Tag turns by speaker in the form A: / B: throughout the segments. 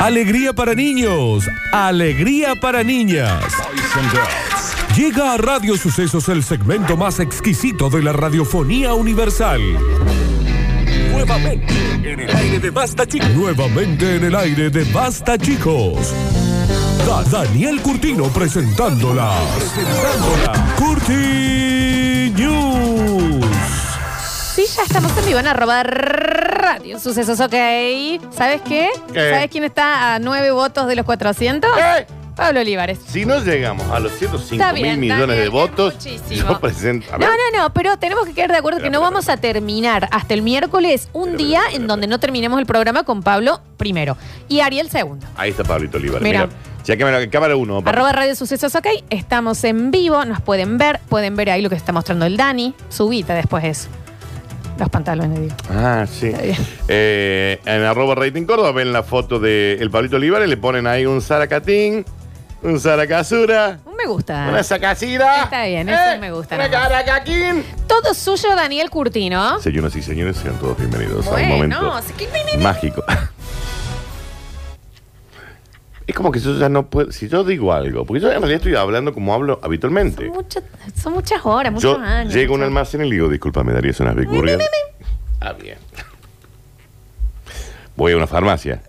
A: Alegría para niños, alegría para niñas. Llega a Radio Sucesos el segmento más exquisito de la radiofonía universal. Nuevamente en el aire de Basta Chicos. Nuevamente en el aire de Basta Chicos. Da- Daniel Curtino presentándola. Presentándola. Curti News.
B: Sí, ya estamos en vivo en arroba radio sucesos, ok. ¿Sabes qué?
C: ¿Qué?
B: ¿Sabes quién está a nueve votos de los 400?
C: ¿Qué?
B: Pablo Olivares.
C: Eh, Si no llegamos a los 105
B: Está
C: mil
B: bien,
C: millones
B: Daniel,
C: de
B: es
C: votos,
B: muchísimo.
C: yo presento. a
B: No,
C: ver,
B: no, no, pero tenemos que quedar de acuerdo que
C: Espera,
B: no
C: espera,
B: vamos a terminar hasta el miércoles un
C: Espera,
B: día
C: espera, espera,
B: en donde no terminemos el programa con Pablo primero y Ariel segundo.
C: Ahí está Pablito Olivares.
B: Mira.
C: Mira. Ya que me la cámara uno. papá.
B: Arroba Radio Sucesos OK, estamos en vivo, nos pueden ver, pueden ver ahí lo que está mostrando el Dani, subita después eso. Los pantalones, digo.
C: Ah, sí.
B: Está bien.
C: Eh, en arroba rating Córdoba ven la foto del el Pablito Olivares, le ponen ahí un Zaracatín, un Zaracazura,
B: Un me gusta.
C: una Zacacira.
B: Ah. Está bien, eso me gusta
C: Una
B: nomás.
C: Caracaquín.
B: Todo suyo, Daniel Curtino.
C: Señoras y señores, sean todos bienvenidos a un
B: Ah. Bueno,
C: momento
B: sí que-
C: mágico. Es como que yo ya no puedo. Si yo digo algo, porque yo en realidad estoy hablando como hablo habitualmente.
B: son, muchas- son muchas horas, muchos
C: Este, Yo
B: años.
C: llego a un
B: muchas-
C: almacén y le digo, disculpa, ¿me darías unas bicurrias? ah, bien. Voy a una farmacia.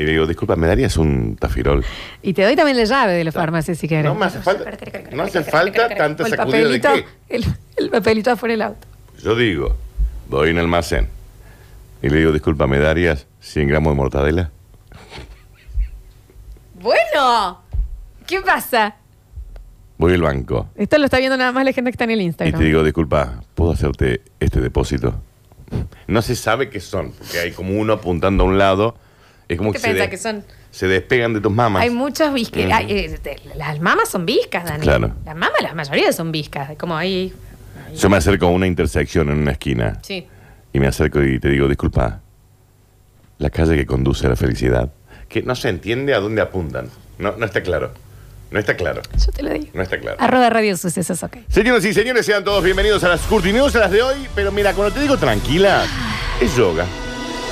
C: y le digo, disculpa, ¿me darías un tafirol?
B: Y te doy también la llave de la farmacia si quieres.
C: No me hace falta- no hace falta tanta
B: O el
C: sacudida de
B: papelito,
C: qué.
B: El, el papelito afuera del auto.
C: Yo digo, voy a un almacén. Y le digo, disculpa, ¿me darías 100 gramos de mortadela?
B: Bueno, ¿qué pasa?
C: Voy al banco.
B: Esto lo está viendo nada más la gente que está en el
C: Y
B: Instagram.
C: te digo, disculpa, ¿puedo hacerte este depósito? No se sabe qué son, porque hay como uno apuntando a un lado. Es como
B: ¿Qué
C: que se,
B: pensás
C: de-
B: que son?
C: se despegan de tus mamas.
B: Hay muchos viscas.
C: Ujú.
B: las mamas son viscas, Dani.
C: Claro.
B: Las mamas, la mayoría son viscas. Como ahí.
C: Yo me acerco a una intersección en una esquina
B: Sí.
C: y me acerco y te digo, disculpa, la calle que conduce a la felicidad. Que no se entiende a dónde apuntan. No, no está claro. No está claro.
B: Yo te lo digo.
C: No está claro.
B: Arroba Radio Sucesos, ok.
C: Señoras y señores, sean todos bienvenidos a las Curti News, a las de hoy. Pero mira, cuando te digo tranquila, es yoga.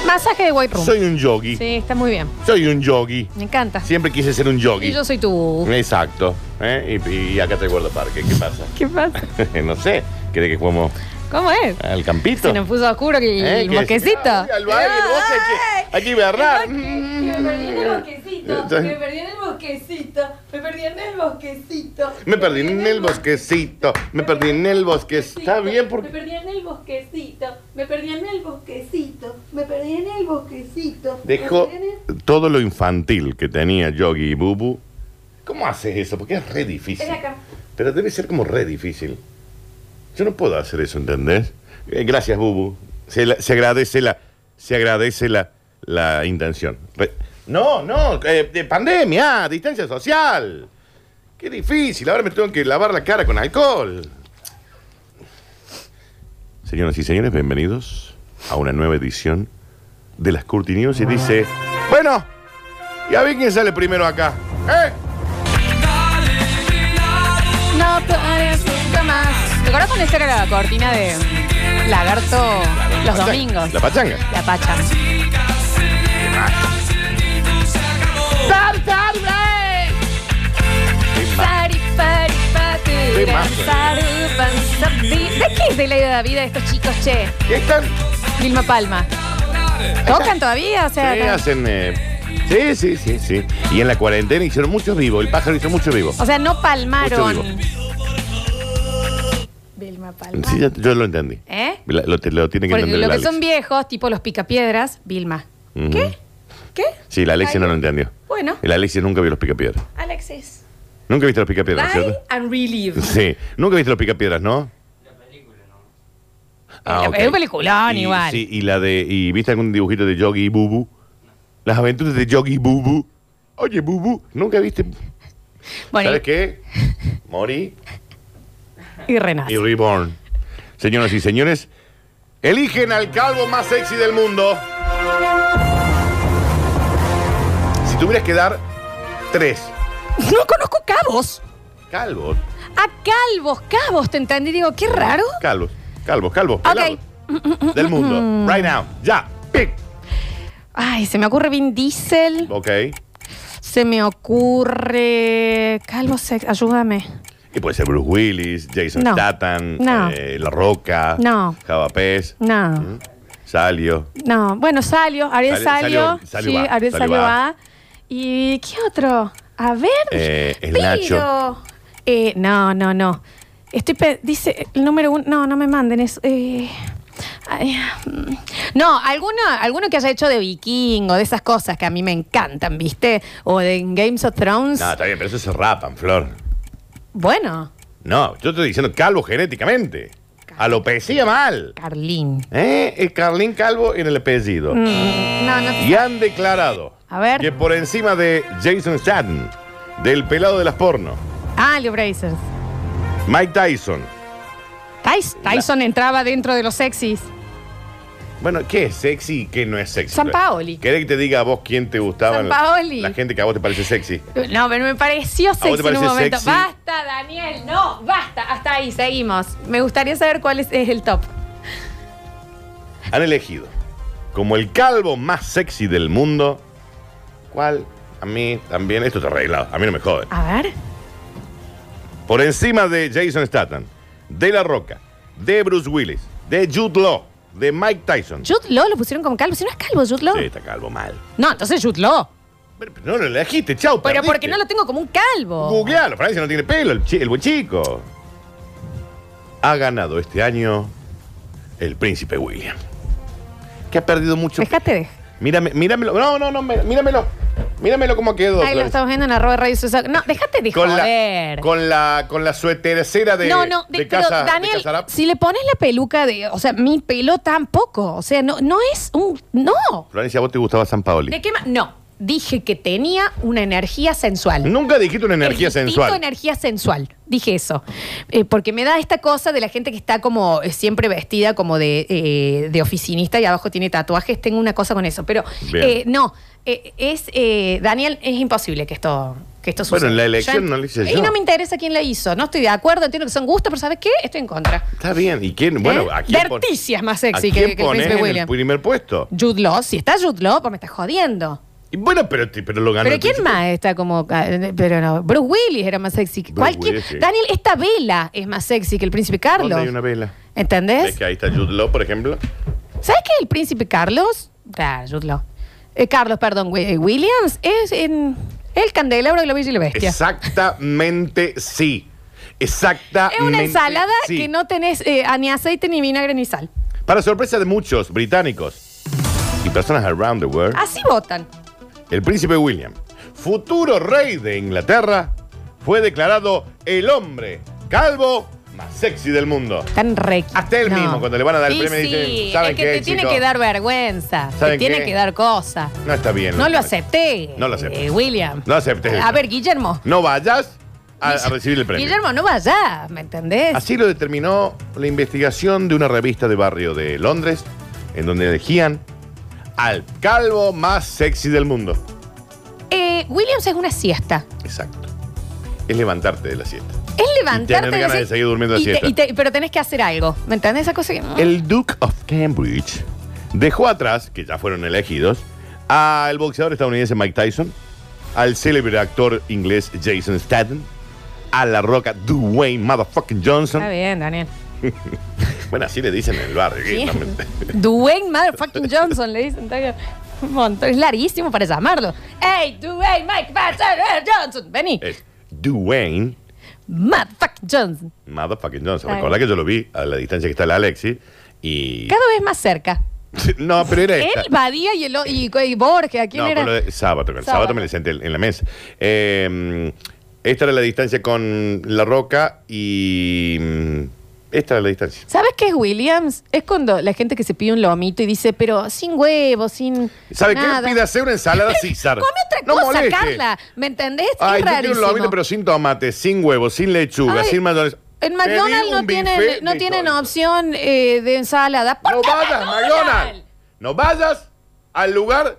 B: Masaje de White Room.
C: Soy un yogi.
B: Sí, está muy bien.
C: Soy un yogi.
B: Me encanta.
C: Siempre quise ser un
B: Y
C: yogi.
B: yo soy tu.
C: Exacto. ¿eh? Y, y acá te guardo parque. ¿Qué pasa?
B: ¿Qué pasa?
C: no sé. ¿Querés que juguemos
B: ¿Cómo es?
C: al campito?
B: Se nos puso oscuro que el,
C: ¿Eh?
B: el
C: ¿Qué?
B: moquecito.
C: Ah, voy al bar, el bosque, hay que- hay que hibernar.
B: berrar. Me perdí en el bosquecito.
C: Sí.
B: Me perdí en el bosquecito. Me perdí en el bosquecito.
C: Me perdí en el bosquecito. Me perdí en el bosque. Está bien
B: Me
C: porque.
B: perdí en el bosquecito. Me perdí en el bosquecito. Me perdí en el bosquecito.
C: Dejó todo lo infantil que tenía Yogi y Bubu. ¿Cómo haces eso? Porque es re difícil.
B: Ven acá.
C: Pero debe ser como re difícil. Yo no puedo hacer eso, ¿entendés? Eh, gracias, Bubu. Se, la- se agradece la, se agradece la, la intención. Re- no, no, eh, de pandemia, distancia social. Qué difícil, ahora me tengo que lavar la cara con alcohol. Señoras y señores, bienvenidos a una nueva edición de las Curti News y dice, bueno, y a ver quién sale primero acá. ¿Eh?
B: No puedes nunca más. ¿Te acuerdas cuando esa era la cortina de Lagarto los
C: Pachanga,
B: domingos?
C: La pachanga.
B: La pacha. Pari, pari, pati,
C: Qué mazo, eh.
B: saru, pan, sapi. ¿De qué es de la idea de vida de estos chicos, che?
C: ¿Y ahí están?
B: Vilma Palma. ¿Tocan todavía? O sea,
C: Sí,
B: tan-
C: hacen, eh, sí, sí, sí, sí. Y en la cuarentena hicieron muchos vivos. El pájaro hizo muchos vivos.
B: o sea, no palmaron.
C: Mucho
B: Vilma Palma.
C: Sí, ya- yo lo entendí.
B: ¿Eh?
C: La- Lo, te- lo tiene que
B: Porque
C: entender
B: lo
C: la
B: que son
C: Alexi.
B: viejos, tipo los picapiedras, Vilma.
C: Ujú.
B: ¿Qué? ¿Qué?
C: Sí, la Alexia
B: Ay.
C: no lo entendió.
B: Bueno,
C: La Alexia nunca vio los picapiedras.
B: Alexis.
C: Nunca viste los picapiedras,
B: Die
C: ¿cierto?
B: and relive.
C: Sí. Nunca viste los picapiedras, ¿no?
B: La-
C: Ah, ok.
B: es un peliculón
C: Y-
B: igual.
C: Sí, y la de. ¿Y viste algún dibujito de Yogi y Bubu? Las aventuras de Yogi y Bubu. Oye, Bubu, nunca viste.
B: Bueno,
C: ¿Sabes qué? Mori.
B: y renace.
C: y Reborn. Señoras y señores, eligen al calvo más sexy del mundo. Si tuvieras que dar tres
B: No conozco cabos.
C: calvos,
B: A calvos, cabos, te entendí. Digo, qué raro.
C: calvos, calvos, calvos,
B: Ok.
C: pelados del mundo, right now, ya, pick.
B: Ay, se me ocurre Vin Diesel.
C: Ok.
B: Se me ocurre. Calvo Sex, ayúdame.
C: Y puede ser Bruce Willis, Jason
B: No.
C: Statham,
B: No.
C: eh, La Roca,
B: No.
C: Javapés,
B: No.
C: Salio.
B: No. Bueno, Salio. Ariel Salio.
C: Salio- Salio
B: sí,
C: va,
B: Ariel
C: Salio
B: Salio
C: va.
B: va. ¿Y qué otro? A ver.
C: Eh, el
B: pido.
C: Nacho.
B: Eh, no, no, no. Estoy pe- dice el número uno. No, no me manden eso. Eh, ay, mm. no, alguno, alguno que haya hecho de vikingo, de esas cosas que a mí me encantan, ¿viste? O de Games of Thrones.
C: No, está bien, pero eso se rapan, Flor.
B: Bueno,
C: No, yo estoy diciendo calvo genéticamente. Alopecia mal.
B: Carlín.
C: ¿Eh? El Carlín Calvo en el apellido.
B: No, no.
C: Y han declarado
B: Mm. A ver.
C: que por encima de Jason Statham, del pelado de las porno,
B: Ah, Leo Brazers.
C: Mike Tyson.
B: Tyson, Tyson entraba dentro de los sexys.
C: Bueno, ¿qué es sexy y qué no es sexy?
B: San Paoli.
C: ¿Querés que te diga a vos quién te gustaba?
B: San Paoli.
C: La gente que a vos te parece sexy.
B: No, pero me pareció
C: te
B: sexy en un
C: parece
B: momento.
C: sexy?
B: Basta, Daniel, no, basta. Hasta ahí, seguimos. Me gustaría saber cuál es, es el top.
C: Han elegido como el calvo más sexy del mundo. ¿Cuál? A mí también. Esto está arreglado. A mí no me joden.
B: A ver.
C: Por encima de Jason Statham, de La Roca, de Bruce Willis, de Jude Law, de Mike Tyson.
B: Jude Law lo pusieron como calvo. Si no es calvo, Jude Law.
C: Sí, está calvo mal.
B: No, entonces Jude Law.
C: Pero, pero no lo elegiste,
B: Pero
C: chau. perdiste.
B: porque no lo tengo como un calvo.
C: Googlealo, Francia no tiene pelo, el, chi- el buen chico. Ha ganado este año el príncipe William. Que ha perdido mucho.
B: Déjate de.
C: Mírame, míramelo. No, no, no, mí- míramelo. Míramelo cómo
B: Ahí
C: quedó.
B: lo
C: Florencia.
B: estamos viendo en arroba radio Susa. No, déjate de
C: con
B: joder.
C: la, con la con la suetercera de,
B: no, no,
C: de,
B: de- pero
C: casa, de
B: Daniel,
C: Casa Arab.
B: si le pones la peluca de. O sea, mi pelo tampoco. O sea, no, no es un. No.
C: Florencia, ¿a vos te gustaba San Paoli?
B: ¿De qué ma- No. Dije que tenía una energía sensual.
C: Nunca dijiste una energía
B: El distinto
C: sensual.
B: energía sensual. Dije eso. Eh, porque me da esta cosa de la gente que está como eh, siempre vestida como de, eh, de oficinista y abajo tiene tatuajes. Tengo una cosa con eso. Pero
C: Bien.
B: eh, no, eh, es eh, Daniel, es imposible que esto, que esto
C: Bueno,
B: suceda.
C: la elección
B: ent-
C: no la hice
B: Y
C: yo.
B: no me interesa quién la hizo. No estoy de acuerdo, entiendo que son gustos, pero ¿sabes qué? Estoy en contra.
C: Está bien. ¿Y quién? Bueno,
B: ¿Eh?
C: ¿a quién pon-
B: Bertizzi es más
C: ¿a
B: sexy
C: quién
B: que, que el
C: ponés
B: príncipe
C: en
B: William.
C: el primer puesto.
B: Jude Law, si está Jude Law, pues me estás jodiendo.
C: Y bueno, pero, te- pero lo ganó.
B: Pero
C: el
B: ¿quién
C: príncipe.
B: más está como.? ca- Pero no. Bruce Willis era más sexy. que
C: Bruce
B: Cualquier,
C: Willis, sí.
B: Daniel, esta vela es más sexy que el príncipe Carlos.
C: ¿Dónde hay una vela?
B: ¿Entendés?
C: Es que ahí está Jude Law, por ejemplo.
B: ¿Sabes que el príncipe Carlos. Ah, Jude Law. Eh, Carlos, perdón, Wi- eh, Williams es en el candelabro de la Bella y la Bestia.
C: Exactamente sí. Exactamente.
B: Es una ensalada
C: sí.
B: que no tenés eh, ni aceite, ni vinagre, ni sal.
C: Para sorpresa de muchos británicos y personas around the world,
B: Así votan.
C: el príncipe William, futuro rey de Inglaterra, fue declarado el hombre calvo más sexy del mundo.
B: Tan requi.
C: Hasta él mismo, cuando le van a dar el
B: Y
C: premio,
B: sí,
C: dicen, ¿saben
B: es que
C: qué,
B: te tiene
C: chicos?
B: que dar vergüenza. Te
C: ¿Saben
B: tiene
C: qué?
B: que dar cosa.
C: No está bien.
B: No lo acepté.
C: No lo acepté.
B: eh, William.
C: No acepté.
B: A ver, Guillermo.
C: No vayas a, a recibir el premio.
B: Guillermo, no vayas, ¿me entendés?
C: Así lo determinó la investigación de una revista de barrio de Londres, en donde elegían al calvo más sexy del mundo.
B: Eh, Williams es una siesta.
C: Exacto. Es levantarte de la siesta.
B: Es levantarte.
C: Y tener ganas de
B: decir-
C: seguir durmiendo la
B: y te-
C: siesta.
B: y te- pero tenés que hacer algo. ¿Me entendés? Esa cosa que. "Ah,
C: El Duke of Cambridge dejó atrás, que ya fueron elegidos, al boxeador estadounidense Mike Tyson, al célebre actor inglés Jason Statham, a la roca Dwayne Motherfucking Johnson.
B: Está bien, Daniel.
C: Bueno, así le dicen en el barrio.
B: Sí.
C: realmente.
B: Dwayne Motherfucking Johnson, le dicen. está bien. Un montón. Es larguísimo para llamarlo. ¡Hey, Dwayne Mike Motherfucking Johnson! Vení.
C: Es Dwayne
B: Motherfucking Johnson.
C: Motherfucking Johnson.
B: Ay.
C: Recordá que yo lo vi a la distancia que está la Alexi. Y.
B: Cada vez más cerca.
C: No, pero era esta.
B: Él, Badía y, el, o- y, y Borges. ¿A quién
C: no,
B: era?
C: pero de- sábado, con el sábado
B: Sábado.
C: me le senté en la mesa. Eh, esta era la distancia con La Roca y. mm, Esta era la distancia.
B: ¿Sabes qué es Williams? Es cuando la gente que se pide un lomito y dice, pero sin huevo, sin.
C: ¿Sabe
B: nada.
C: qué? Pide hacer una ensalada César.
B: Come otra
C: No
B: cosa,
C: moleste.
B: Carla. ¿Me entendés? Es
C: Ay, yo quiero un
B: rarísimo.
C: lomito, pero sin tomate, sin huevo, sin lechuga,
B: Ay,
C: sin mayonesa.
B: En
C: Pedí
B: McDonald's
C: un
B: no
C: bife,
B: tienen, no
C: listo.
B: tienen opción eh, de ensalada. ¿Por
C: No
B: qué
C: vayas, McDonald's. No vayas al lugar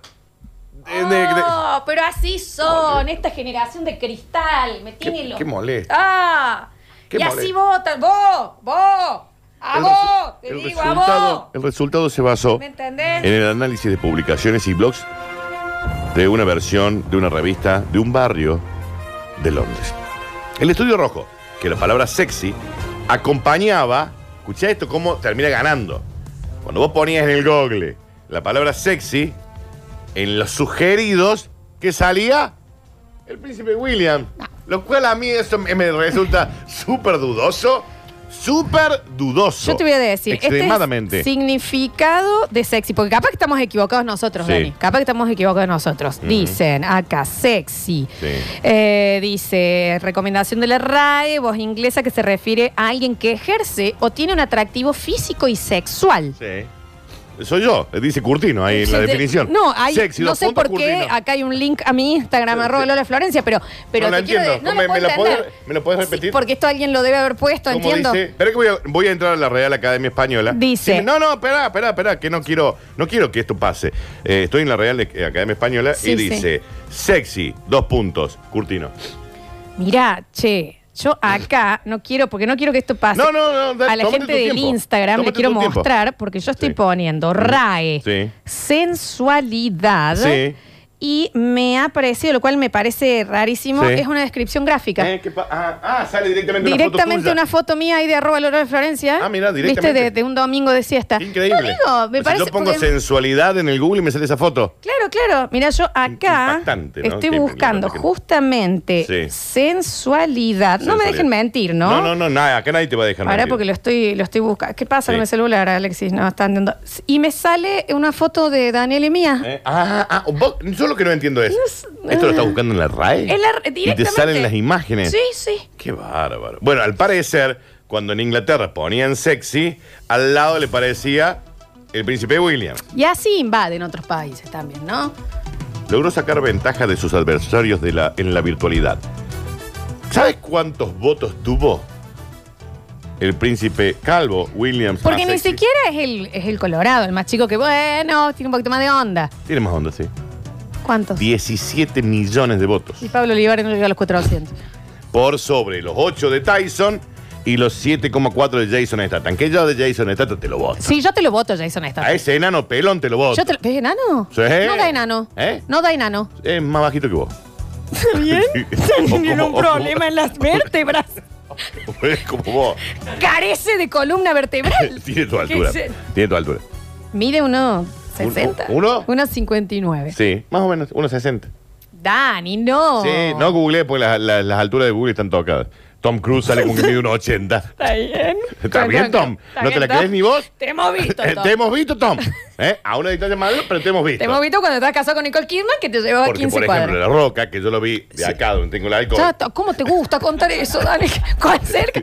C: de- de- Eh, de-
B: Oh, pero así son, esta generación de cristal. Me tiene
C: Qué-
B: loco.
C: qué molesto.
B: Ah,
C: Qué
B: y así
C: molesto.
B: votan. Vos, vos. ¡A
C: El
B: vos!
C: resu-
B: ¡Te
C: el
B: digo, a vos!
C: resultado- El resultado se basó
B: ¿Me entendés?
C: en el análisis de publicaciones y blogs de una versión de una revista de un barrio de Londres. El estudio rojo, que la palabra sexy acompañaba, escuchá esto, cómo termina ganando. Cuando vos ponías en el google la palabra sexy, en los sugeridos, ¿qué salía? El príncipe William. Lo cual a mí eso me me resulta súper dudoso. Súper dudoso.
B: Yo te voy a decir,
C: Extremadamente.
B: Este es significado de sexy, porque capaz que estamos equivocados nosotros,
C: Sí.
B: Dani. Capaz que estamos equivocados nosotros. Dicen acá, sexy.
C: Sí.
B: Eh, dice, recomendación de la RAE, voz inglesa que se refiere a alguien que ejerce o tiene un atractivo físico y sexual.
C: Sí. Soy yo, eh, dice Curtino ahí en la
B: De-
C: definición.
B: No, hay,
C: Sexy,
B: no
C: dos
B: sé
C: puntos,
B: por qué.
C: Curtino.
B: Acá hay un link a mi Instagram,
C: Sí,
B: arroba
C: sí.
B: Lola Florencia, pero. pero
C: No la
B: te quiero
C: entiendo.
B: de- no
C: ¿Me- me la
B: puedo
C: podés-
B: entender.
C: me la podés
B: Sí,
C: repetir?
B: porque esto alguien lo debe haber puesto,
C: Como
B: entiendo.
C: dice, espera que voy a, voy a entrar a la Real Academia Española.
B: Dice-
C: Sí, no, no, espera, espera, espera, que no quiero, no quiero que esto pase. Eh, estoy en la Real eh, Academia Española
B: Sí,
C: y
B: sí.
C: dice, sexy, dos puntos, Curtino.
B: Mirá, che, yo acá no quiero, porque no quiero que esto pase.
C: No, no, no, da-
B: a la
C: tómate
B: gente
C: tu
B: del
C: tiempo.
B: Instagram le
C: Tómate
B: quiero
C: tu tiempo.
B: mostrar, porque yo estoy
C: Sí.
B: poniendo RAE,
C: Sí.
B: sensualidad.
C: Sí.
B: Y me ha parecido, lo cual me parece rarísimo,
C: Sí.
B: es una descripción gráfica.
C: Eh, ¿qué pa- ah, ah, sale directamente,
B: Directamente
C: una
B: una
C: foto
B: foto mía ahí de arroba Lola de Florencia.
C: Ah, mirá,
B: ¿Viste?
C: directamente.
B: De, de un domingo de siesta.
C: tuya. Increíble.
B: No digo, me
C: O sea,
B: parece.
C: yo pongo
B: porque-
C: sensualidad en el Google y me sale esa foto.
B: Claro, claro. Mira, yo acá
C: Impactante, ¿no?
B: estoy
C: Qué-
B: buscando
C: qué- qué-
B: justamente
C: Sí.
B: sensualidad. No me
C: Sensualidad.
B: dejen mentir, ¿no?
C: No, no, no, nada, acá nadie te va a dejar
B: Ahora
C: mentir.
B: porque lo estoy, lo estoy buscando. ¿Qué pasa
C: Sí.
B: con el celular, Alexis? No, están dando. Y me sale una foto de Daniel y mía.
C: Eh, Ah, ah, vos- yo lo que no entiendo es.
B: No sé.
C: ¿Esto lo estás buscando en la RAE?
B: eh. En la-
C: Y te
B: directamente.
C: salen las imágenes.
B: Sí, sí.
C: Qué bárbaro. Bueno, al parecer, cuando en Inglaterra ponían sexy, al lado le parecía el príncipe William.
B: Y así invaden otros países también, ¿no?
C: Logró sacar ventaja de sus adversarios de la, en la virtualidad. ¿Sabes cuántos votos tuvo el príncipe calvo William?
B: Porque ni siquiera es el, es el colorado, el más chico que, bueno, tiene un poquito más de onda.
C: Tiene más onda, sí.
B: ¿Cuántos?
C: 17 millones de votos.
B: Y Pablo Olivares no llega a los 400.
C: por sobre los 8 de Tyson y los 7,4 de Jason Statham. Que yo de Jason Statham te lo voto.
B: Sí, yo te lo voto, Jason esta.
C: A ese enano pelón te lo voto.
B: Yo te lo- ¿Es enano?
C: Sí.
B: No da enano.
C: ¿Eh?
B: No da enano.
C: Es más bajito que vos.
B: Bien.
C: Tiene un problema
B: en las vértebras.
C: Es como vos.
B: Carece de columna vertebral.
C: Tiene tu altura.
B: ¿Qué sé?
C: Tiene tu altura.
B: Mide uno 60.
C: ¿Uno?
B: Uno 59.
C: Sí, más o menos, 1,60.
B: Dani, no.
C: Sí, no googleé porque las, las- las alturas de Google están tocadas. Tom Cruise sale con que mide 1,80.
B: Está bien.
C: ¿Está bien, Tom?
B: Está
C: ¿No te
B: bien,
C: la
B: Tom.
C: crees ni vos?
B: Te hemos visto,
C: Eh,
B: Tom.
C: Te hemos visto, Tom. Eh, A una distancia más, pero te hemos visto.
B: Te hemos visto cuando estás casado con Nicole Kidman que te llevaba
C: Porque,
B: 15
C: por ejemplo,
B: cuadras.
C: la roca, que yo lo vi de acá donde tengo el alcohol.
B: Chato, ¿cómo te gusta contar eso, Dani? ¿Cuán cerca?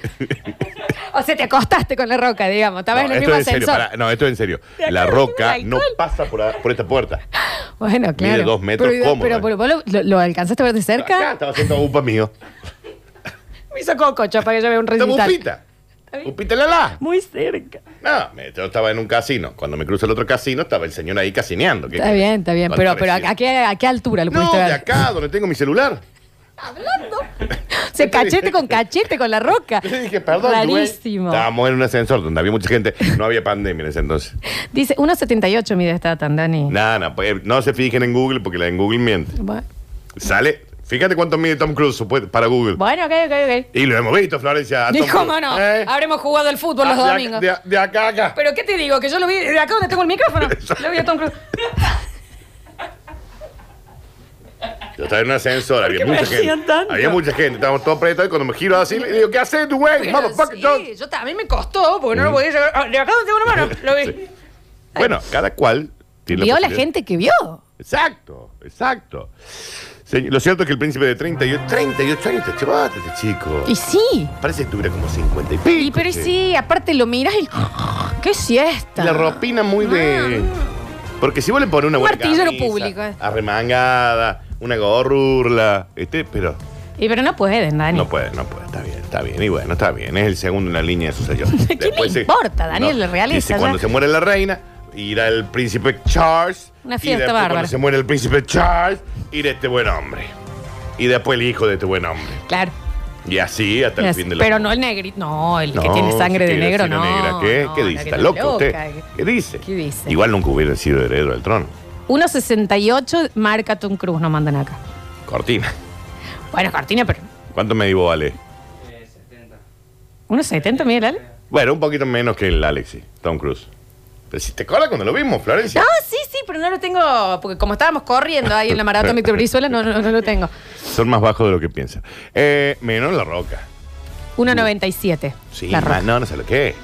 B: O sea, te acostaste con la roca, digamos. Estabas en el
C: esto
B: mismo
C: es en serio,
B: ascensor.
C: pará, no, esto es en serio.
B: De acá
C: La
B: no
C: roca
B: tiene
C: no
B: alcohol.
C: pasa por, a- por esta puerta.
B: Bueno, claro.
C: dos metros,
B: pero,
C: ¿cómo,
B: Pero,
C: Dani?
B: pero vos lo, lo- lo alcanzaste a ver de
C: Acá
B: cerca.
C: estaba haciendo upa mío.
B: Me hizo cococho para que yo vea un
C: Estaba
B: recital.
C: upita.
B: bien.
C: Upita la la.
B: Muy cerca.
C: No, me- yo estaba en un casino. Cuando me cruza el otro casino, estaba el señor ahí casineando. ¿Qué
B: Está
C: querés?
B: bien, está bien.
C: Mal
B: Pero, pero ¿a,
C: parecido.
B: a qué, a qué altura lo
C: No,
B: pudiste
C: de
B: ver?
C: acá, donde tengo mi celular.
B: Hablando. Se cachete con cachete con la roca.
C: Yo le dije, perdón, güey.
B: Rarísimo.
C: Estábamos en un ascensor donde había mucha gente. No había pandemia en ese entonces.
B: Dice, 1,78 mide esta tan, Dani.
C: Nada, no, pues, no se fijen en Google porque la en Google miente.
B: Bueno,
C: Sale, fíjate cuánto mide Tom Cruise supuest- para Google.
B: Bueno, ok, ok, ok.
C: Y lo hemos visto, Florencia. a Tom
B: ¿Y cómo
C: Cruise.
B: no?
C: ¿Eh?
B: Habremos jugado al fútbol los
C: Ah, de ac-
B: domingos.
C: De, de acá a acá.
B: Pero ¿qué te digo? Que yo lo vi de acá donde tengo el micrófono. Lo vi a Tom Cruise.
C: Yo estaba en un ascensor, había
B: qué me
C: mucha gente.
B: hacían tanto?
C: Había mucha gente, estábamos todos apretados y cuando me giro así, le digo, ¿qué haces, tu güey?
B: Pero
C: Motherfucker,
B: sí,
C: John.
B: yo ta- a mí me costó porque no lo podía llegar. Ah, De acá donde tengo una mano, lo vi.
C: Bueno, cada cual tiene
B: Vio la
C: posibilidad.
B: gente que vio.
C: Exacto, exacto. Se- lo cierto es que el príncipe de 38, 38 años te chavaste, este chico.
B: Y sí.
C: Parece que tuviera como 50 y pico.
B: Y pero
C: che.
B: sí, aparte lo miras y. ¡Qué siesta!
C: La ropina muy de. Porque si vos le pones una
B: Un
C: buena
B: martillero
C: camisa,
B: público, eh.
C: Arremangada, una gorrula, este, pero.
B: Y pero no pueden, Dani.
C: No puede, no puede, está bien, está bien. Y bueno, está bien, es el segundo en la línea de sucesión.
B: ¿Qué le importa, Daniel? Lo realiza
C: Dice,
B: ya.
C: cuando se muere la reina, irá el príncipe Charles.
B: Una
C: y
B: fiesta
C: después,
B: bárbara.
C: Cuando se muere el príncipe Charles, irá este buen hombre. Y después el hijo de este buen hombre.
B: Claro.
C: Y así hasta el
B: Así,
C: fin de la
B: Pero no el negrito, no, el que tiene sangre de
C: si
B: negro,
C: quiere
B: no.
C: decir negra, ¿Qué,
B: no,
C: ¿Qué
B: la
C: dice?
B: que
C: ¿Está
B: está
C: loco
B: loca.
C: usted? ¿Qué dice?
B: ¿Qué dice?
C: Igual nunca hubiera sido heredero del trono.
B: 1.68, marca Tom Cruz, nos mandan acá.
C: Cortina.
B: Bueno, cortina, pero.
C: ¿Cuánto me digo, Ale?
B: 1.70, mira, Ale.
C: Bueno, un poquito menos que el Alexi, Tom Cruise. Pero si te acuerdas cuando lo vimos, Florencia.
B: No, sí, sí, pero no lo tengo. Porque como estábamos corriendo ahí en la maratón Víctor Brizuela, no, no, no lo tengo.
C: Son más bajos de lo que piensan. Eh, menos la roca.
B: 1.97.
C: Sí,
B: la roca.
C: más, no, no sé lo que.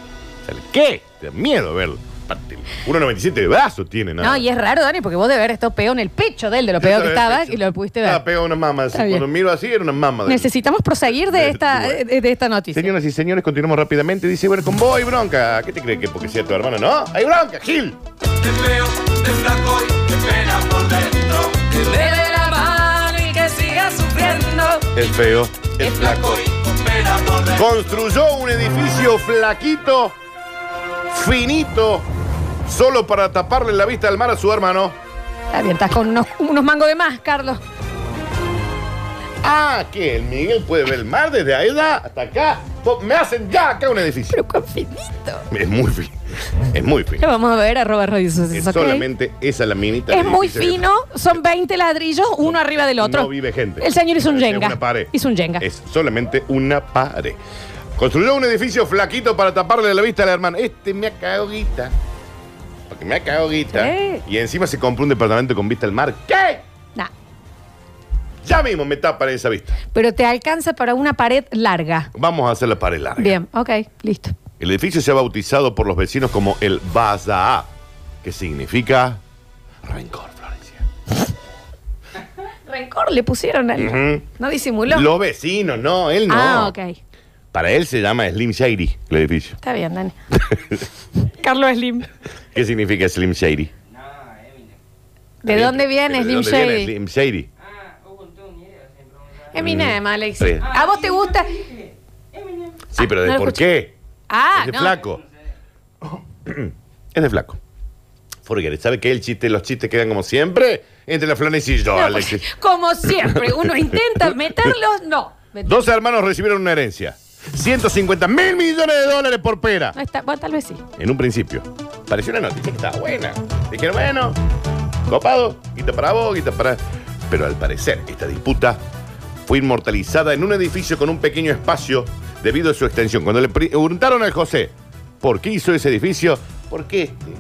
C: ¿Sale qué? Te da miedo verlo. Aparte, 1.97 de brazo tiene, ¿no?
B: No, y es raro, Dani, porque vos de haber estado pegado en el pecho de él, de lo
C: Yo
B: pegado que
C: otra vez
B: estaba,
C: pecho.
B: y lo pudiste
C: Estaba
B: ver.
C: pegado a una mama. así.
B: Está bien.
C: Cuando miro así, era una mama. de-
B: Necesitamos proseguir de esta,
C: Bueno.
B: de, de esta noticia.
C: Señoras y señores, continuamos rápidamente. Dice, bueno, con vos hay bronca. ¿Qué te crees que porque sea tu hermano? No, hay bronca, Gil.
D: Te veo, te flaco y te pena por dentro. Te debe la mano y que sigas sufriendo.
C: Es feo, es
D: Es flaco
C: flaco.
D: y con pena por dentro.
C: Construyó un edificio flaquito, finito, solo para taparle la vista al mar a su hermano.
B: Está bien, estás con unos, unos mangos de más, Carlos.
C: Ah, que el Miguel puede ver el mar desde ahí da, hasta acá. Vos, Me hacen ya acá un edificio.
B: Pero con finito.
C: Es muy fino. Es muy fino.
B: Ya vamos a ver, arroba Radio Sucesos,
C: Es
B: pues, ¿ok?
C: solamente esa laminita.
B: Es
C: de
B: muy
C: edificio que-
B: fino, son 20 ladrillos, uno arriba del otro.
C: No vive gente.
B: El señor hizo un
C: Es
B: yenga.
C: una pared.
B: Hizo un yenga.
C: Es solamente una pared. Construyó un edificio flaquito para taparle la vista a la hermana. Este me ha cagado guita. Porque me ha cagado guita.
B: Sí.
C: Y encima se compró un departamento con vista al mar. ¿Qué?
B: Nah,
C: Ya mismo me tapa esa vista.
B: Pero te alcanza para una pared larga.
C: Vamos a hacer la pared larga.
B: Bien, ok, listo.
C: El edificio se ha bautizado por los vecinos como el Bazaá, que significa rencor, Florencia.
B: Rencor le pusieron al.
C: Ujú.
B: No disimuló.
C: Los vecinos, no, él no.
B: Ah, ok.
C: Para él se llama Slim Shady, el edificio.
B: Está bien, Dani. Carlos Slim.
C: ¿Qué significa Slim Shady?
B: ¿De dónde viene
C: ¿De
B: Slim
C: dónde viene
B: Shady?
C: Slim Shady?
B: Eminem, Alex.
C: Está bien.
B: ¿A vos te gusta?
C: Sí, pero ¿de
B: no lo
C: por
B: escuché.
C: qué?
B: Ah,
C: es de
B: no.
C: flaco. es de flaco. Forget, it. ¿sabe qué? El chiste, los chistes quedan como siempre entre la Florencia y yo,
B: No,
C: Alexis.
B: pues, como siempre, uno intenta meterlos, no. No
C: Dos hermanos recibieron una herencia. 150 mil millones de dólares por pera.
B: está, bueno, tal vez sí.
C: En un principio. Pareció una noticia que estaba buena. Dijeron, bueno, copado, guita para vos, guita para... Pero al parecer, esta disputa fue inmortalizada en un edificio con un pequeño espacio debido a su extensión. Cuando le pre- preguntaron al José, ¿por qué hizo ese edificio? ¿Por qué este?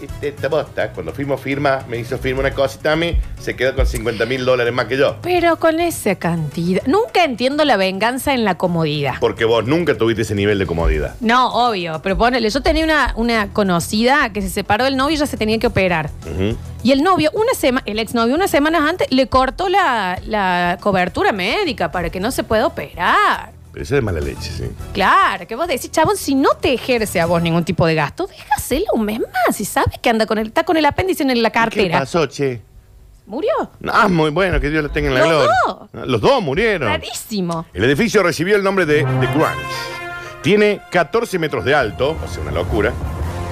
C: Este, esta bosta, cuando fuimos firma, me hizo firma una cosita a mí, se quedó con 50 mil dólares más que yo.
B: Pero con esa cantidad. Nunca entiendo la venganza en la comodidad.
C: Porque vos nunca tuviste ese nivel de comodidad.
B: No, obvio, pero ponele, yo tenía una, una conocida que se separó del novio y ya se tenía que operar.
C: Ujú.
B: Y el novio, una semana, el exnovio, unas semanas antes, le cortó la, la cobertura médica para que no se pueda operar.
C: Pero eso es mala leche, sí.
B: Claro, que vos decís, chabón, si no te ejerce a vos ningún tipo de gasto, déjaselo un mes más. Si sabes que anda con el, está con el apéndice en la
C: ¿Qué
B: cartera.
C: pasó, che?
B: ¿Murió?
C: Ah, muy bueno, que Dios los tenga en la
B: Los
C: gloria. Ah,
B: dos.
C: Los dos murieron.
B: Rarísimo.
C: El edificio recibió el nombre de The Grange. Tiene 14 metros de alto, o sea, una locura,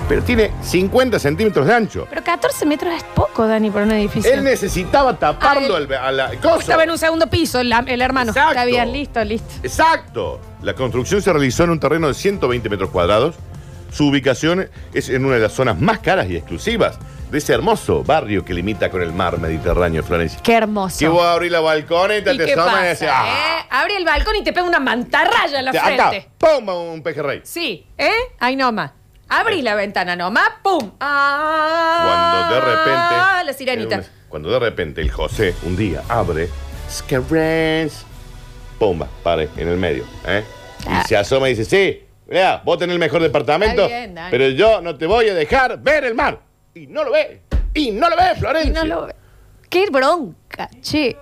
C: pero tiene 50 centímetros de ancho.
B: Pero 14 metros es poco, Dani, para un edificio.
C: Él necesitaba taparlo
B: Ah,
C: al- a la cosa.
B: Estaba en un segundo piso el, el hermano.
C: Exacto.
B: Está bien, listo, listo.
C: Exacto. La construcción se realizó en un terreno de 120 metros cuadrados. Su ubicación es en una de las zonas más caras y exclusivas de ese hermoso barrio que limita con el mar Mediterráneo de Florencia.
B: Qué hermoso.
C: Que vos abrís la balconeta,
B: ¿Y
C: te
B: qué
C: asomas
B: pasa?
C: y decís, ¡ah!
B: eh? Abre el balcón y te pega una mantarraya en la
C: Te- acá,
B: frente.
C: ¡pum! un pejerrey.
B: Sí, ¿eh? Ahí nomás. Abrís la ventana nomás, ¡pum! Ah,
C: Cuando de repente. eh,
B: La sirenita.
C: Cuando de repente el José un día abre. Scarrens. Pumba, pare, en el medio. ¿eh? Y
B: Ah.
C: se asoma y dice: Sí, vea, vos tenés el mejor departamento.
B: Está bien, Dani.
C: pero yo no te voy a dejar ver el mar. Y no lo ve. Y no lo ve,
B: Y no
C: Florencia.
B: lo ve. ¡Qué bronca, che!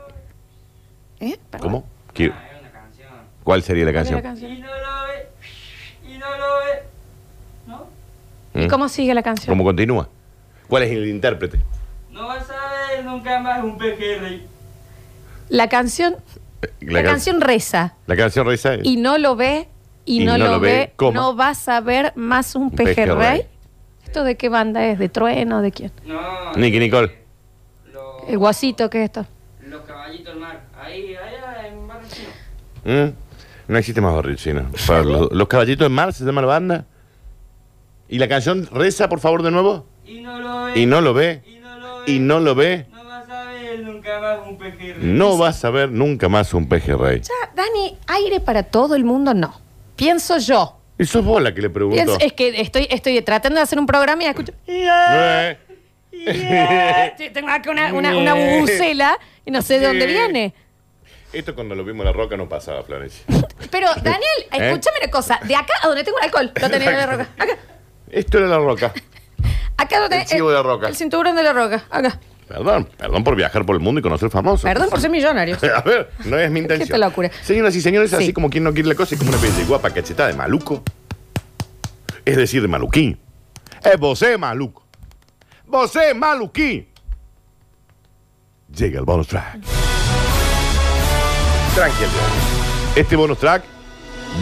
B: ¿Eh? Perdón.
C: ¿Cómo? ¿Qué- ¿Cuál sería la
B: ¿Cuál es la
C: canción?
B: canción?
D: no lo ve, y no lo ve. ¿No?
B: ¿Y
C: ¿Mm?
B: cómo sigue la canción?
C: ¿Cómo continúa? ¿Cuál es el intérprete?
D: No vas a ver nunca más un pejerrey.
B: La canción. La,
C: can-
B: canción reza.
C: La canción reza.
B: Y no lo ve, y, no, lo, ve,
C: coma.
B: no vas a ver más un pejerrey.
C: pejerrey.
B: ¿Esto de qué banda es? ¿De trueno? ¿De quién?
E: No,
C: Nicky Nicole.
E: los,
B: El guasito, ¿qué es esto?
E: los caballitos del mar. Ahí, allá en barrio chino.
C: ¿Mm? No existe más barril chino. Para los, los caballitos de mar se llama la banda. Y la canción reza, por favor, de nuevo.
E: Y no lo ve.
C: Y no lo ve.
E: Y no lo ve.
C: Y no Mm. lo ve.
E: No vas a ver nunca más un pejerrey.
C: No vas a ver nunca más un pejerrey.
B: Ya, Dani, aire para todo el mundo no. Pienso yo.
C: Y sos vos la que le preguntó.
B: Pienso- es que estoy, estoy tratando de hacer un programa y escucho.
C: Eh,
B: Sí, Tengo acá una, una, una bubucela y no sé de dónde
C: Sí.
B: viene.
C: Esto cuando lo vimos en la roca no pasaba, Florencia.
B: Pero, Daniel,
C: ¿Eh?
B: escúchame una cosa. De acá a donde tengo el alcohol, lo tenía en la roca. Acá,
C: Esto era la roca.
B: acá donde.
C: El chivo de la roca.
B: El cinturón de la roca. Acá.
C: Perdón, perdón por viajar por el mundo y conocer famosos.
B: Perdón por ser millonario.
C: A ver, no es mi
B: Qué
C: intención.
B: locura.
C: Señoras y señores,
B: Sí.
C: así como quien no quiere la cosa, es como una especie de guapa cachetada de maluco. Es decir, de maluquín. Es vosé maluco. Vosé maluquín. Llega el bonus track. Tranquilo. Este bonus track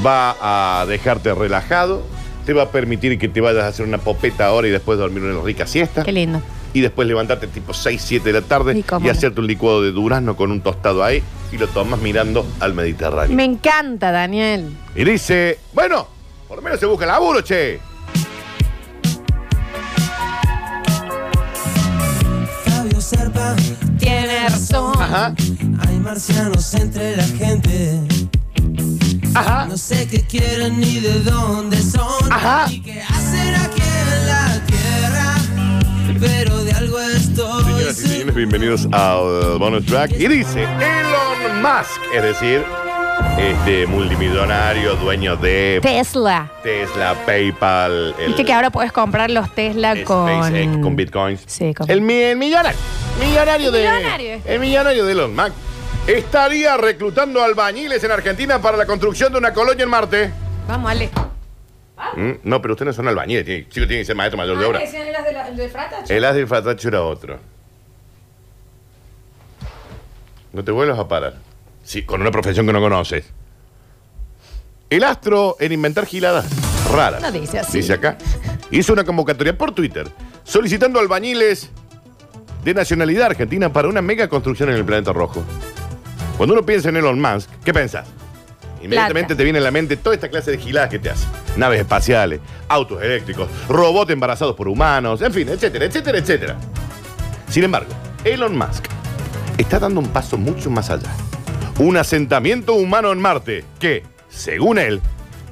C: va a dejarte relajado. Te va a permitir que te vayas a hacer una popeta ahora y después dormir una rica siesta
B: Qué lindo.
C: y después levantarte tipo 6, 7 de la tarde
B: Y cómo
C: y
B: no.
C: hacerte un licuado de durazno con un tostado ahí y lo tomas mirando al Mediterráneo.
B: Me encanta, Daniel.
C: Y dice, bueno, por lo menos se busca laburo, che.
F: Fabio Serpa,
B: Tiene razón.
C: Ajá,
F: hay marcianos entre la gente.
C: ajá,
F: No sé qué quieren ni de dónde son.
C: Ajá.
F: Y qué hacen aquí en la tierra. Pero de algo
C: Señoras
F: estoy
C: y
F: seguro.
C: señores, bienvenidos al bonus track. Y dice Elon Musk, es decir, este multimillonario, dueño de
B: Tesla.
C: Tesla, PayPal, el
B: Viste que ahora puedes comprar los Tesla Ah, con.
C: SpaceX, eh, con bitcoins.
B: Sí, con-
C: El, mi- el millonario. Millonario
B: El
C: de.
B: millonario.
C: El millonario de Elon Musk. Estaría reclutando albañiles en Argentina para la construcción de una colonia en Marte.
B: Vamos, Ale. Ah.
C: Mm, no, pero ustedes no son albañiles. Tiene, chico, tiene que ser maestro mayor de obra.
B: de Frata?
C: El as del Fatacho era otro. No te vuelvas a parar. Sí, con una profesión que no conoces. El astro en inventar giladas raras.
B: No dice así.
C: Dice acá. Hizo una convocatoria por Twitter solicitando albañiles de nacionalidad argentina para una mega construcción en el planeta rojo. Cuando uno piensa en Elon Musk, ¿qué pensás? Inmediatamente
B: Plata.
C: te viene a la mente toda esta clase de giladas que te hace. Naves espaciales, autos eléctricos, robots embarazados por humanos, en fin, etcétera, etcétera, etcétera. Sin embargo, Elon Musk está dando un paso mucho más allá. Un asentamiento humano en Marte que, según él,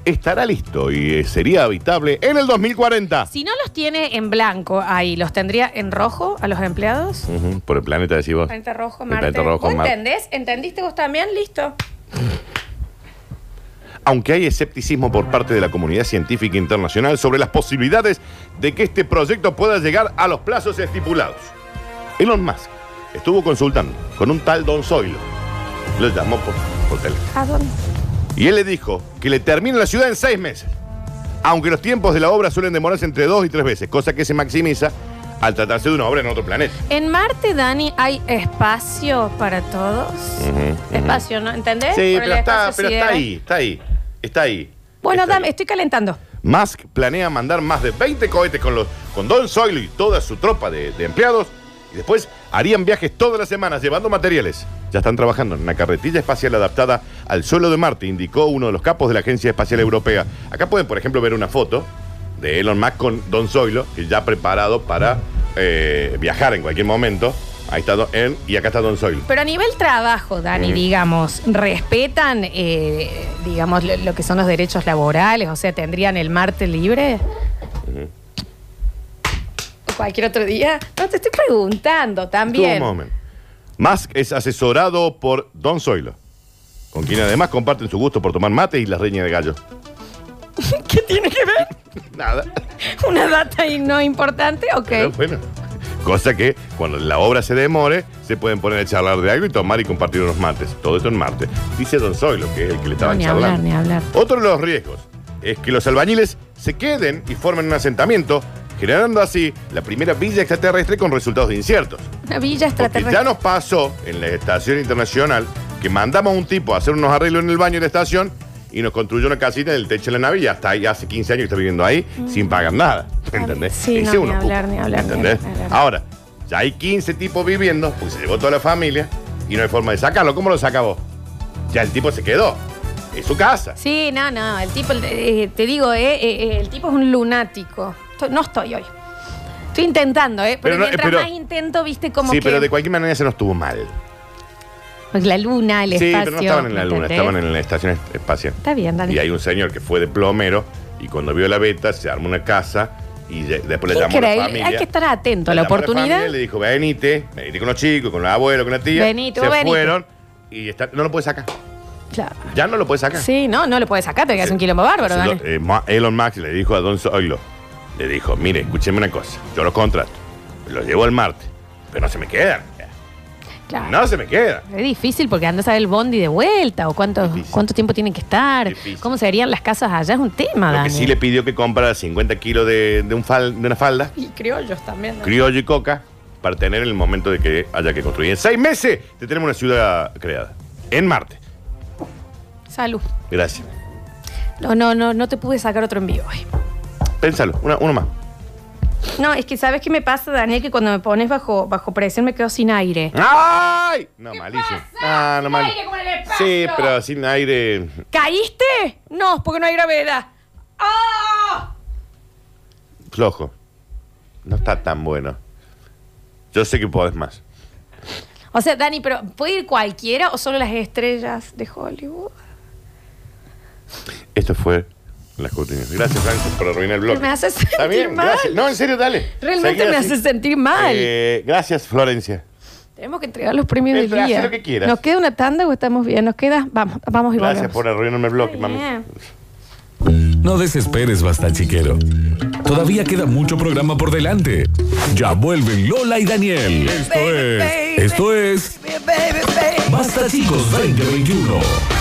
C: estará listo y eh, sería habitable en el 2040.
B: Si no los tiene en blanco ahí, ¿los tendría en rojo a los empleados?
C: Ujú, por el planeta decís vos.
B: Planeta rojo,
C: El
B: Marte.
C: planeta rojo,
B: ¿Vos
C: Marte.
B: entendés? ¿Entendiste vos también? Listo.
C: aunque hay escepticismo por parte de la comunidad científica internacional sobre las posibilidades de que este proyecto pueda llegar a los plazos estipulados. Elon Musk estuvo consultando con un tal Don Zoilo. Lo llamó por, por teléfono.
B: ¿A dónde?
C: Y él le dijo que le termine la ciudad en seis meses. Aunque los tiempos de la obra suelen demorarse entre dos y tres veces, cosa que se maximiza al tratarse de una obra en otro planeta.
B: En Marte, Dani, hay espacio para todos. Espacio, ¿no? ¿Entendés?
C: Sí,
B: Por el
C: pero está,
B: espacio
C: pero está
B: sideral.
C: ahí, está ahí, está ahí.
B: Bueno,
C: Está ahí.
B: dame, estoy calentando.
C: Musk planea mandar más de 20 cohetes con, los, con Don Soil y toda su tropa de, de empleados. Y después harían viajes todas las semanas llevando materiales. Ya están trabajando en una carretilla espacial adaptada al suelo de Marte, indicó uno de los capos de la Agencia Espacial Europea. Acá pueden, por ejemplo, ver una foto de Elon Musk con Don Zoilo, que ya preparado para eh, viajar en cualquier momento. Ahí está Don- él y acá está Don Zoilo.
B: Pero a nivel trabajo, Dani, digamos, respetan, eh, digamos, lo, lo que son los derechos laborales, o sea, tendrían el Marte libre. O cualquier otro día. No, te estoy preguntando también.
C: Estuvo un moment. Musk es asesorado por Don Zoilo, con quien además comparten su gusto por tomar mate y la reña de gallo.
B: ¿Qué tiene que ver?
C: Nada.
B: Una data ahí no importante, ok.
C: Pero bueno. Cosa que cuando la obra se demore, se pueden poner a charlar de algo y tomar y compartir unos mates. Todo esto en Marte. Dice Don Zoilo, que es el que le
B: No,
C: estaban
B: ni
C: charlando.
B: hablar, ni hablar.
C: Otro de los riesgos es que los albañiles se queden y formen un asentamiento, generando así la primera villa extraterrestre con resultados inciertos.
B: Una villa
C: Porque
B: extraterrestre.
C: ya nos pasó en la estación internacional que mandamos a un tipo a hacer unos arreglos en el baño de la estación y nos construyó una casita en el techo de la nave y hasta ahí hace 15 años que está viviendo ahí sin pagar nada. ¿Entendés?
B: Mm. Ah, Sí, no,
C: Ese
B: ni
C: uno
B: hablar,
C: ocupa,
B: ni hablar, ni
C: ¿Entendés?
B: hablar, ni hablar.
C: Ahora, ya hay 15 tipos viviendo, pues se llevó toda la familia y no hay forma de sacarlo. ¿Cómo lo saca vos? Ya el tipo se quedó. Es su casa.
B: Sí, no, no, el tipo, eh, te digo, eh, eh, eh, el tipo es un lunático. Estoy- no estoy hoy. Estoy intentando, ¿eh?
C: Pero
B: Pero
C: no, eh,
B: mientras
C: pero-
B: más intento, viste como
C: Sí,
B: que...
C: pero de cualquier manera se nos tuvo mal.
B: Porque Pues La luna, el
C: sí,
B: espacio.
C: pero no estaban en la
B: ¿me
C: luna,
B: entendés?
C: estaban en la estación es- espacial.
B: Está bien, Dani.
C: Y hay un señor que fue de plomero y cuando vio la beta se armó una casa y de- después le llamó a la
B: Increíble,
C: familia.
B: hay que estar atento a la
C: Le llamó
B: oportunidad.
C: familia, le dijo, venite, venite con los chicos, con los abuelos, con la tía.
B: Venite,
C: se
B: vos venite.
C: fueron y está- no lo puede sacar.
B: Claro.
C: Ya no lo puede sacar.
B: Sí, no, no lo puedes sacar, te quedas
C: Sí.
B: un quilombo bárbaro,
C: Entonces,
B: Dani.
C: lo- eh, Ma- Elon Musk le dijo a Don Zoilo, le dijo, mire, escúcheme una cosa, yo los contrato, los llevo al Marte, pero no se me quedan.
B: Claro.
C: eh, No se me quedan.
B: Es difícil porque andas a ver el bondi de vuelta o cuánto,
C: Difícil.
B: cuánto tiempo tienen que estar,
C: Difícil.
B: cómo serían las casas allá, es un tema,
C: Lo que
B: Dani.
C: sí le pidió que comprara 50 kilos de, de un fal- de una falda,
B: Y criollos también. ¿no?
C: criollo y coca, para tener en el momento de que haya que construir. En seis meses te tenemos una ciudad creada, en Marte.
B: Salud.
C: Gracias.
B: No, no, no, no te pude sacar otro envío hoy.
C: Pénsalo, una- uno más.
B: No, es que sabes qué me pasa, Daniel, que cuando me pones bajo, bajo presión me quedo sin aire.
C: ¡Ay! No, malísimo. Ah, no, mal.
B: aire como en el espacio.
C: Sí, pero sin aire.
B: ¿Caíste? No, porque no hay gravedad. ¡Ah!
C: flojo. No está tan bueno. Yo sé que podés más.
B: O sea, Dani, pero ¿puede ir cualquiera o solo las estrellas de Hollywood?
C: Esto fue Las Cortinas. Gracias, Francis, por arruinar el blog.
B: Me hace sentir mal.
C: gracias. No, en serio, dale.
B: Realmente me hace sentir mal.
C: Eh, gracias, Florencia.
B: Tenemos que entregar los premios
C: Eh,
B: del
C: haz
B: día.
C: lo que quieras.
B: ¿Nos queda una tanda o estamos bien? ¿Nos queda? Vamos, vamos y
C: Gracias
B: volvemos.
C: por arruinarme el blog,
B: Está
C: mami.
B: bien.
A: No desesperes, basta chiquero. Todavía queda mucho programa por delante. Ya vuelven Lola y Daniel. Esto es. Esto es. Basta chicos 2021.